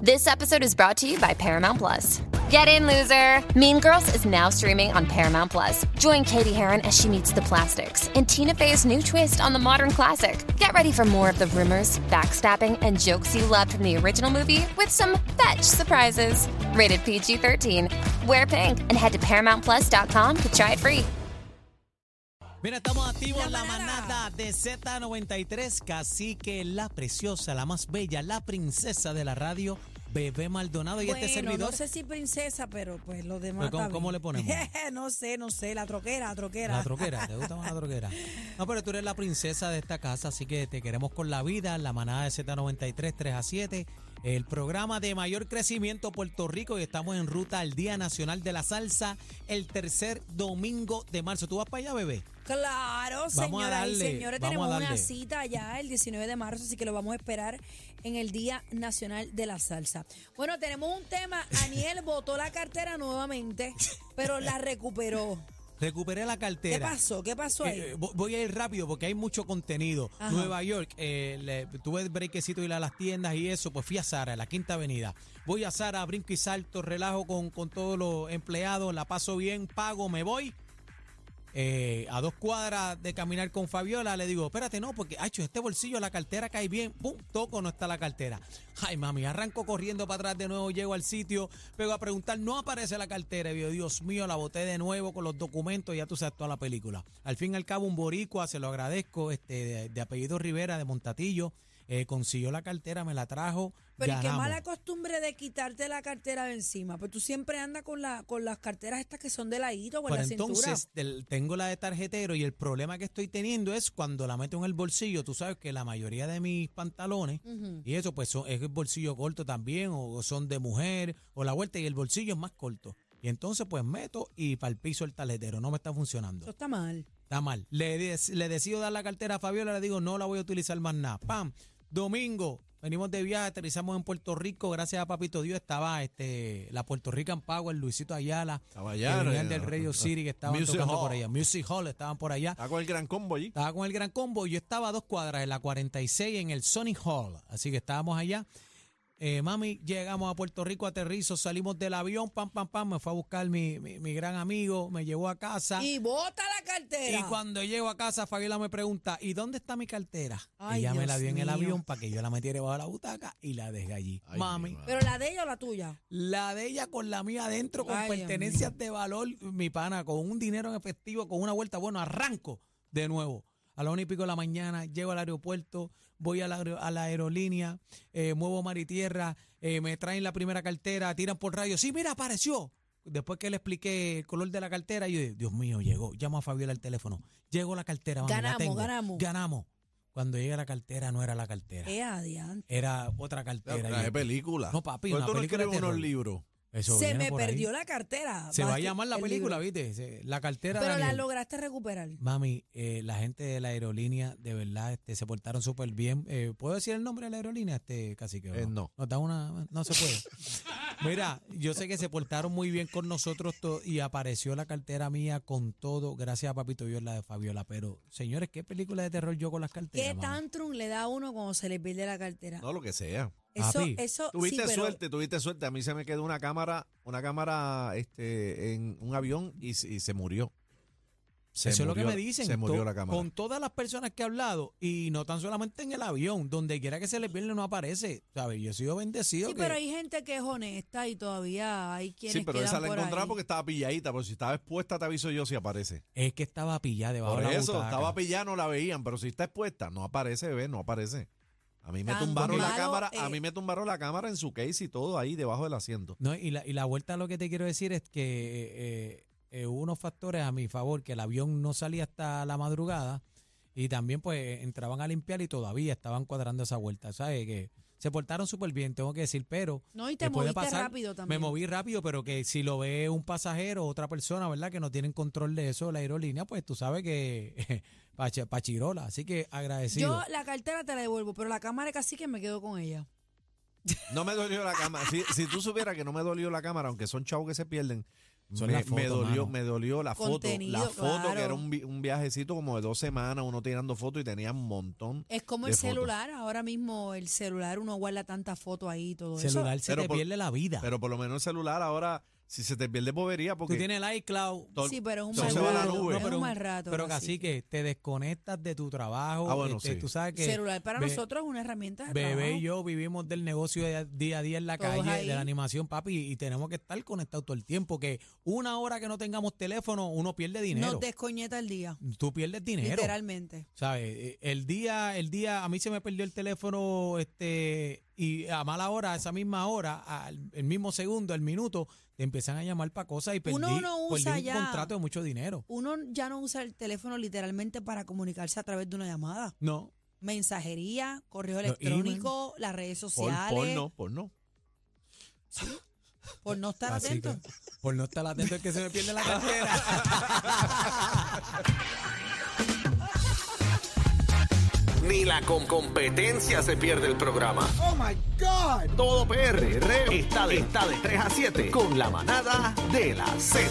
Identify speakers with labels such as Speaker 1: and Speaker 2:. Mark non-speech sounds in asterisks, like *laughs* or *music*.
Speaker 1: This episode is brought to you by Paramount Plus. Get in, loser! Mean Girls is now streaming on Paramount Plus. Join Katie Heron as she meets the plastics in Tina Fey's new twist on the modern classic. Get ready for more of the rumors, backstabbing, and jokes you loved from the original movie with some fetch surprises. Rated PG 13. Wear pink and head to ParamountPlus.com to try it free.
Speaker 2: Mira, estamos activos la manada de Z93, Cacique, la preciosa, la más bella, la princesa de la radio, Bebé Maldonado y
Speaker 3: Bueno,
Speaker 2: este servidor.
Speaker 3: No sé si princesa, pero pues lo demás.
Speaker 2: Pues, ¿cómo-
Speaker 3: está bien.
Speaker 2: cómo le ponemos?
Speaker 3: *laughs* no sé, no sé. La troquera, la troquera.
Speaker 2: La troquera, ¿te gusta más la
Speaker 3: *laughs*
Speaker 2: troquera? No, pero tú eres la princesa de esta casa, así que te queremos con la vida, la manada de Z93, 3 a 7, el programa de mayor crecimiento Puerto Rico y estamos en ruta al Día Nacional de la Salsa, el tercer domingo de marzo. ¿Tú vas para allá, bebé?
Speaker 3: Claro,
Speaker 2: a
Speaker 3: señoras y
Speaker 2: darle,
Speaker 3: señores,
Speaker 2: vamos
Speaker 3: tenemos
Speaker 2: a
Speaker 3: una
Speaker 2: darle.
Speaker 3: cita ya el 19 de marzo, así que lo vamos a esperar en el Día Nacional de la Salsa. Bueno, tenemos un tema.
Speaker 2: *laughs*
Speaker 3: Aniel botó la cartera nuevamente, pero la recuperó.
Speaker 2: Recuperé la cartera.
Speaker 3: ¿Qué pasó? ¿Qué pasó
Speaker 2: Eh, eh,
Speaker 3: ahí?
Speaker 2: vo- voy a ir rápido porque hay mucho contenido.
Speaker 3: Ajá.
Speaker 2: Nueva York, eh, le- tuve brequecito de ir a las tiendas y eso, pues fui a Sara, la Quinta Avenida. Voy a Sara, brinco y salto, relajo con, con todos los empleados, la paso bien, pago, me voy. Eh, a dos cuadras de caminar con Fabiola, le digo, espérate, no, porque, hecho este bolsillo, la cartera cae bien, pum, toco, no está la cartera. Ay, mami, arranco corriendo para atrás de nuevo, llego al sitio, pego a preguntar, no aparece la cartera. Y yo, Dios mío, la boté de nuevo con los documentos, ya tú sabes toda la película. Al fin y al cabo, un boricua, se lo agradezco, este, de, de apellido Rivera, de Montatillo, eh, consiguió la cartera, me la trajo.
Speaker 3: Pero y qué
Speaker 2: ganamos.
Speaker 3: mala costumbre de quitarte la cartera de encima. Pues tú siempre andas con, la, con las carteras estas que son de ladito o en
Speaker 2: Pero
Speaker 3: la cintura.
Speaker 2: entonces del- tengo la de tarjetero y el problema que estoy teniendo es cuando la meto en el bolsillo, tú sabes que la mayoría de mis pantalones y eso pues son- es el bolsillo corto también o son de mujer o la vuelta y el bolsillo es más corto. Y entonces pues meto y para el piso el tarjetero, no me está funcionando.
Speaker 3: Eso está mal.
Speaker 2: Está mal. Le, des- le decido dar la cartera a Fabiola, le digo, no la voy a utilizar más nada. Pam, domingo, venimos de viaje, aterrizamos en Puerto Rico, gracias a Papito Dios estaba este la Puerto Rican Power, Luisito Ayala,
Speaker 4: Estaba allá,
Speaker 2: que venían
Speaker 4: eh,
Speaker 2: del Radio City que estaban
Speaker 4: Music
Speaker 2: tocando
Speaker 4: Hall. Ah.
Speaker 2: por allá. Music Hall estaban por allá.
Speaker 4: Está con el gran combo allí.
Speaker 2: Estaba con el gran combo. Yo estaba a dos cuadras en la 46 en el Sonic Hall. Así que estábamos allá. Eh, mami, llegamos a Puerto Rico, aterrizo, salimos del avión, pam, pam, pam. Me fue a buscar mi, mi, mi gran amigo, me llevó a casa.
Speaker 3: Y bota la cartera.
Speaker 2: Y cuando llego a casa, Fabiola me pregunta, ¿y dónde está mi cartera?
Speaker 3: Ay,
Speaker 2: Ella me
Speaker 3: Dios
Speaker 2: la dio en el
Speaker 3: mío.
Speaker 2: avión para que yo la metiera bajo la butaca y la dejé allí.
Speaker 4: Ay,
Speaker 2: Mami,
Speaker 4: mi madre.
Speaker 3: Pero la de ella o la tuya.
Speaker 2: la de ella con la mía adentro, con
Speaker 3: Ay, Dios
Speaker 2: pertenencias de valor, mi pana, con un dinero en efectivo, con una vuelta. Bueno, arranco de nuevo. A las una y pico de la mañana, llego al aeropuerto, voy a la, aer- a la aerolínea, eh, muevo mar y tierra, eh, me traen la primera cartera, tiran por radio. Sí, mira, apareció. Después que le expliqué el color de la cartera, yo dije, Dios mío, llegó. Llamo a Fabiola al teléfono. Llegó la cartera. mami, la
Speaker 3: Ganamos,
Speaker 2: tengo.
Speaker 3: ganamos.
Speaker 2: Ganamos. Cuando llega la cartera, no era la cartera.
Speaker 3: Eh, adiante.
Speaker 2: Era otra cartera.
Speaker 4: Trae
Speaker 2: Yo-
Speaker 4: película.
Speaker 2: No, papi,
Speaker 4: ¿Por
Speaker 2: una
Speaker 4: qué tú no
Speaker 2: película de
Speaker 4: escribes unos
Speaker 2: terror.
Speaker 4: libros?
Speaker 2: Eso
Speaker 3: Se
Speaker 2: viene
Speaker 3: me
Speaker 2: por ahí.
Speaker 3: perdió la cartera.
Speaker 2: Se va a
Speaker 3: Basti-
Speaker 2: llamar la
Speaker 3: el
Speaker 2: película,
Speaker 3: libro.
Speaker 2: ¿viste? Se- La cartera
Speaker 3: Pero la
Speaker 2: Daniel.
Speaker 3: lograste recuperar.
Speaker 2: Mami, eh, la gente de la aerolínea, de verdad, este, se portaron súper bien. Eh, ¿Puedo decir el nombre de la aerolínea? Este, casi que
Speaker 4: Eh, no.
Speaker 2: Nos da una, no se puede.
Speaker 4: *laughs*
Speaker 2: Mira, yo sé que se portaron muy bien con nosotros to- y apareció la cartera mía con todo, gracias a Papito Dios, la de Fabiola. Pero, señores, ¿qué película de terror yo con las carteras?
Speaker 3: ¿Qué
Speaker 2: mami?
Speaker 3: tantrum le da a uno cuando se le pierde la cartera?
Speaker 4: No, lo que sea.
Speaker 3: eso,
Speaker 2: Papi,
Speaker 3: eso. sí,
Speaker 4: Tuviste
Speaker 3: pero-
Speaker 4: suerte, tuviste suerte. A mí se me quedó una cámara, una cámara este, en un avión y, se- y se murió. Se
Speaker 2: Eso es lo
Speaker 4: murió-
Speaker 2: que me dicen.
Speaker 4: Se murió
Speaker 2: To-
Speaker 4: la cámara.
Speaker 2: Con todas las personas que he hablado, y no tan solamente en el avión, donde quiera que se le pierda no aparece. ¿Sabes? Yo he sido bendecido.
Speaker 3: Sí,
Speaker 2: que-
Speaker 3: pero hay gente que es honesta y todavía hay quienes.
Speaker 4: Sí, pero
Speaker 3: quedan
Speaker 4: esa la
Speaker 3: por
Speaker 4: encontraba
Speaker 3: ahí.
Speaker 4: porque estaba pilladita. Pero si estaba expuesta, te aviso yo si aparece.
Speaker 2: Es que estaba pillada debajo
Speaker 4: Por
Speaker 2: de la
Speaker 4: eso,
Speaker 2: butaca.
Speaker 4: estaba pillada, no la veían. Pero si está expuesta, no aparece, bebé, no aparece. A mí me
Speaker 3: Tan
Speaker 4: tumbaron la
Speaker 3: malo,
Speaker 4: cámara,
Speaker 3: eh.
Speaker 4: a mí me tumbaron la cámara en su case y todo ahí debajo del asiento.
Speaker 2: No, y la, y la vuelta a lo que te quiero decir es que eh, eh, hubo unos factores a mi favor, que el avión no salía hasta la madrugada y también pues entraban a limpiar y todavía estaban cuadrando esa vuelta, ¿sabes? Que se portaron súper bien, tengo que decir, pero...
Speaker 3: No, y te
Speaker 2: que puede
Speaker 3: moviste
Speaker 2: pasar.
Speaker 3: rápido también.
Speaker 2: Me moví rápido, pero que si lo ve un pasajero, otra persona, ¿verdad? Que no tienen control de eso, la aerolínea, pues tú sabes que... *laughs* pache- Pachirola, así que agradecido.
Speaker 3: Yo la cartera te la devuelvo, pero la cámara casi que me quedo con ella.
Speaker 4: No me dolió la cámara. Si, si tú supieras que no me dolió la cámara, aunque son chavos que se pierden,
Speaker 2: Son
Speaker 4: me,
Speaker 2: las fotos,
Speaker 4: me dolió,
Speaker 2: mano.
Speaker 4: me dolió la foto.
Speaker 3: Contenido,
Speaker 4: La foto
Speaker 3: claro.
Speaker 4: que era un, vi- un viajecito como de dos semanas, uno tirando fotos y tenía un montón.
Speaker 3: Es como
Speaker 4: de
Speaker 3: el
Speaker 4: fotos.
Speaker 3: celular, ahora mismo el celular uno guarda tantas fotos ahí y todo
Speaker 2: Celular se
Speaker 4: pero
Speaker 2: te
Speaker 4: por-
Speaker 2: pierde la vida.
Speaker 4: Pero por lo menos el celular ahora, si se te pierde bobería,
Speaker 2: Tú
Speaker 4: porque
Speaker 2: tienes el iCloud.
Speaker 4: todo-
Speaker 3: eso. Sí, pero es un
Speaker 4: Eso
Speaker 3: mal
Speaker 4: se va a la
Speaker 3: rato.
Speaker 4: nube.
Speaker 3: Es
Speaker 4: No,
Speaker 2: pero
Speaker 3: un mal rato.
Speaker 2: Pero
Speaker 3: así
Speaker 2: casi que te desconectas de tu trabajo.
Speaker 4: Ah, bueno,
Speaker 2: este,
Speaker 4: sí.
Speaker 2: Tú sabes que
Speaker 3: Celular para
Speaker 2: be-
Speaker 3: nosotros es una herramienta de
Speaker 2: Bebé
Speaker 3: trabajo.
Speaker 2: y yo vivimos del negocio de- día a día en la
Speaker 3: Todos
Speaker 2: calle,
Speaker 3: ahí.
Speaker 2: de la animación, papi, y tenemos que estar conectados todo el tiempo. Que una hora que no tengamos teléfono, uno pierde dinero.
Speaker 3: Nos descoñeta el día,
Speaker 2: Tú pierdes dinero.
Speaker 3: literalmente.
Speaker 2: ¿Sabes? Eh, El día, el día, a mí se me perdió el teléfono, este, y a mala hora, a esa misma hora, al el mismo segundo, al minuto, te empiezan a llamar para cosas y perdí,
Speaker 3: Uno no
Speaker 2: perdí
Speaker 3: usa
Speaker 2: un
Speaker 3: ya.
Speaker 2: contrato de mucho dinero.
Speaker 3: Uno ya no usa el teléfono literalmente para comunicarse a través de una llamada.
Speaker 2: No,
Speaker 3: Mensajería, correo
Speaker 2: Los
Speaker 3: electrónico, las redes
Speaker 4: por,
Speaker 3: sociales.
Speaker 4: porno, porno.
Speaker 3: Por no estar
Speaker 2: así que,
Speaker 3: atento.
Speaker 2: por no estar atento es que se me pierde
Speaker 3: *laughs*
Speaker 2: la cartera.
Speaker 5: Ni la con competencia se pierde el programa. Oh my God. Todo PR está de, está de 3 a 7 con la manada de la Z.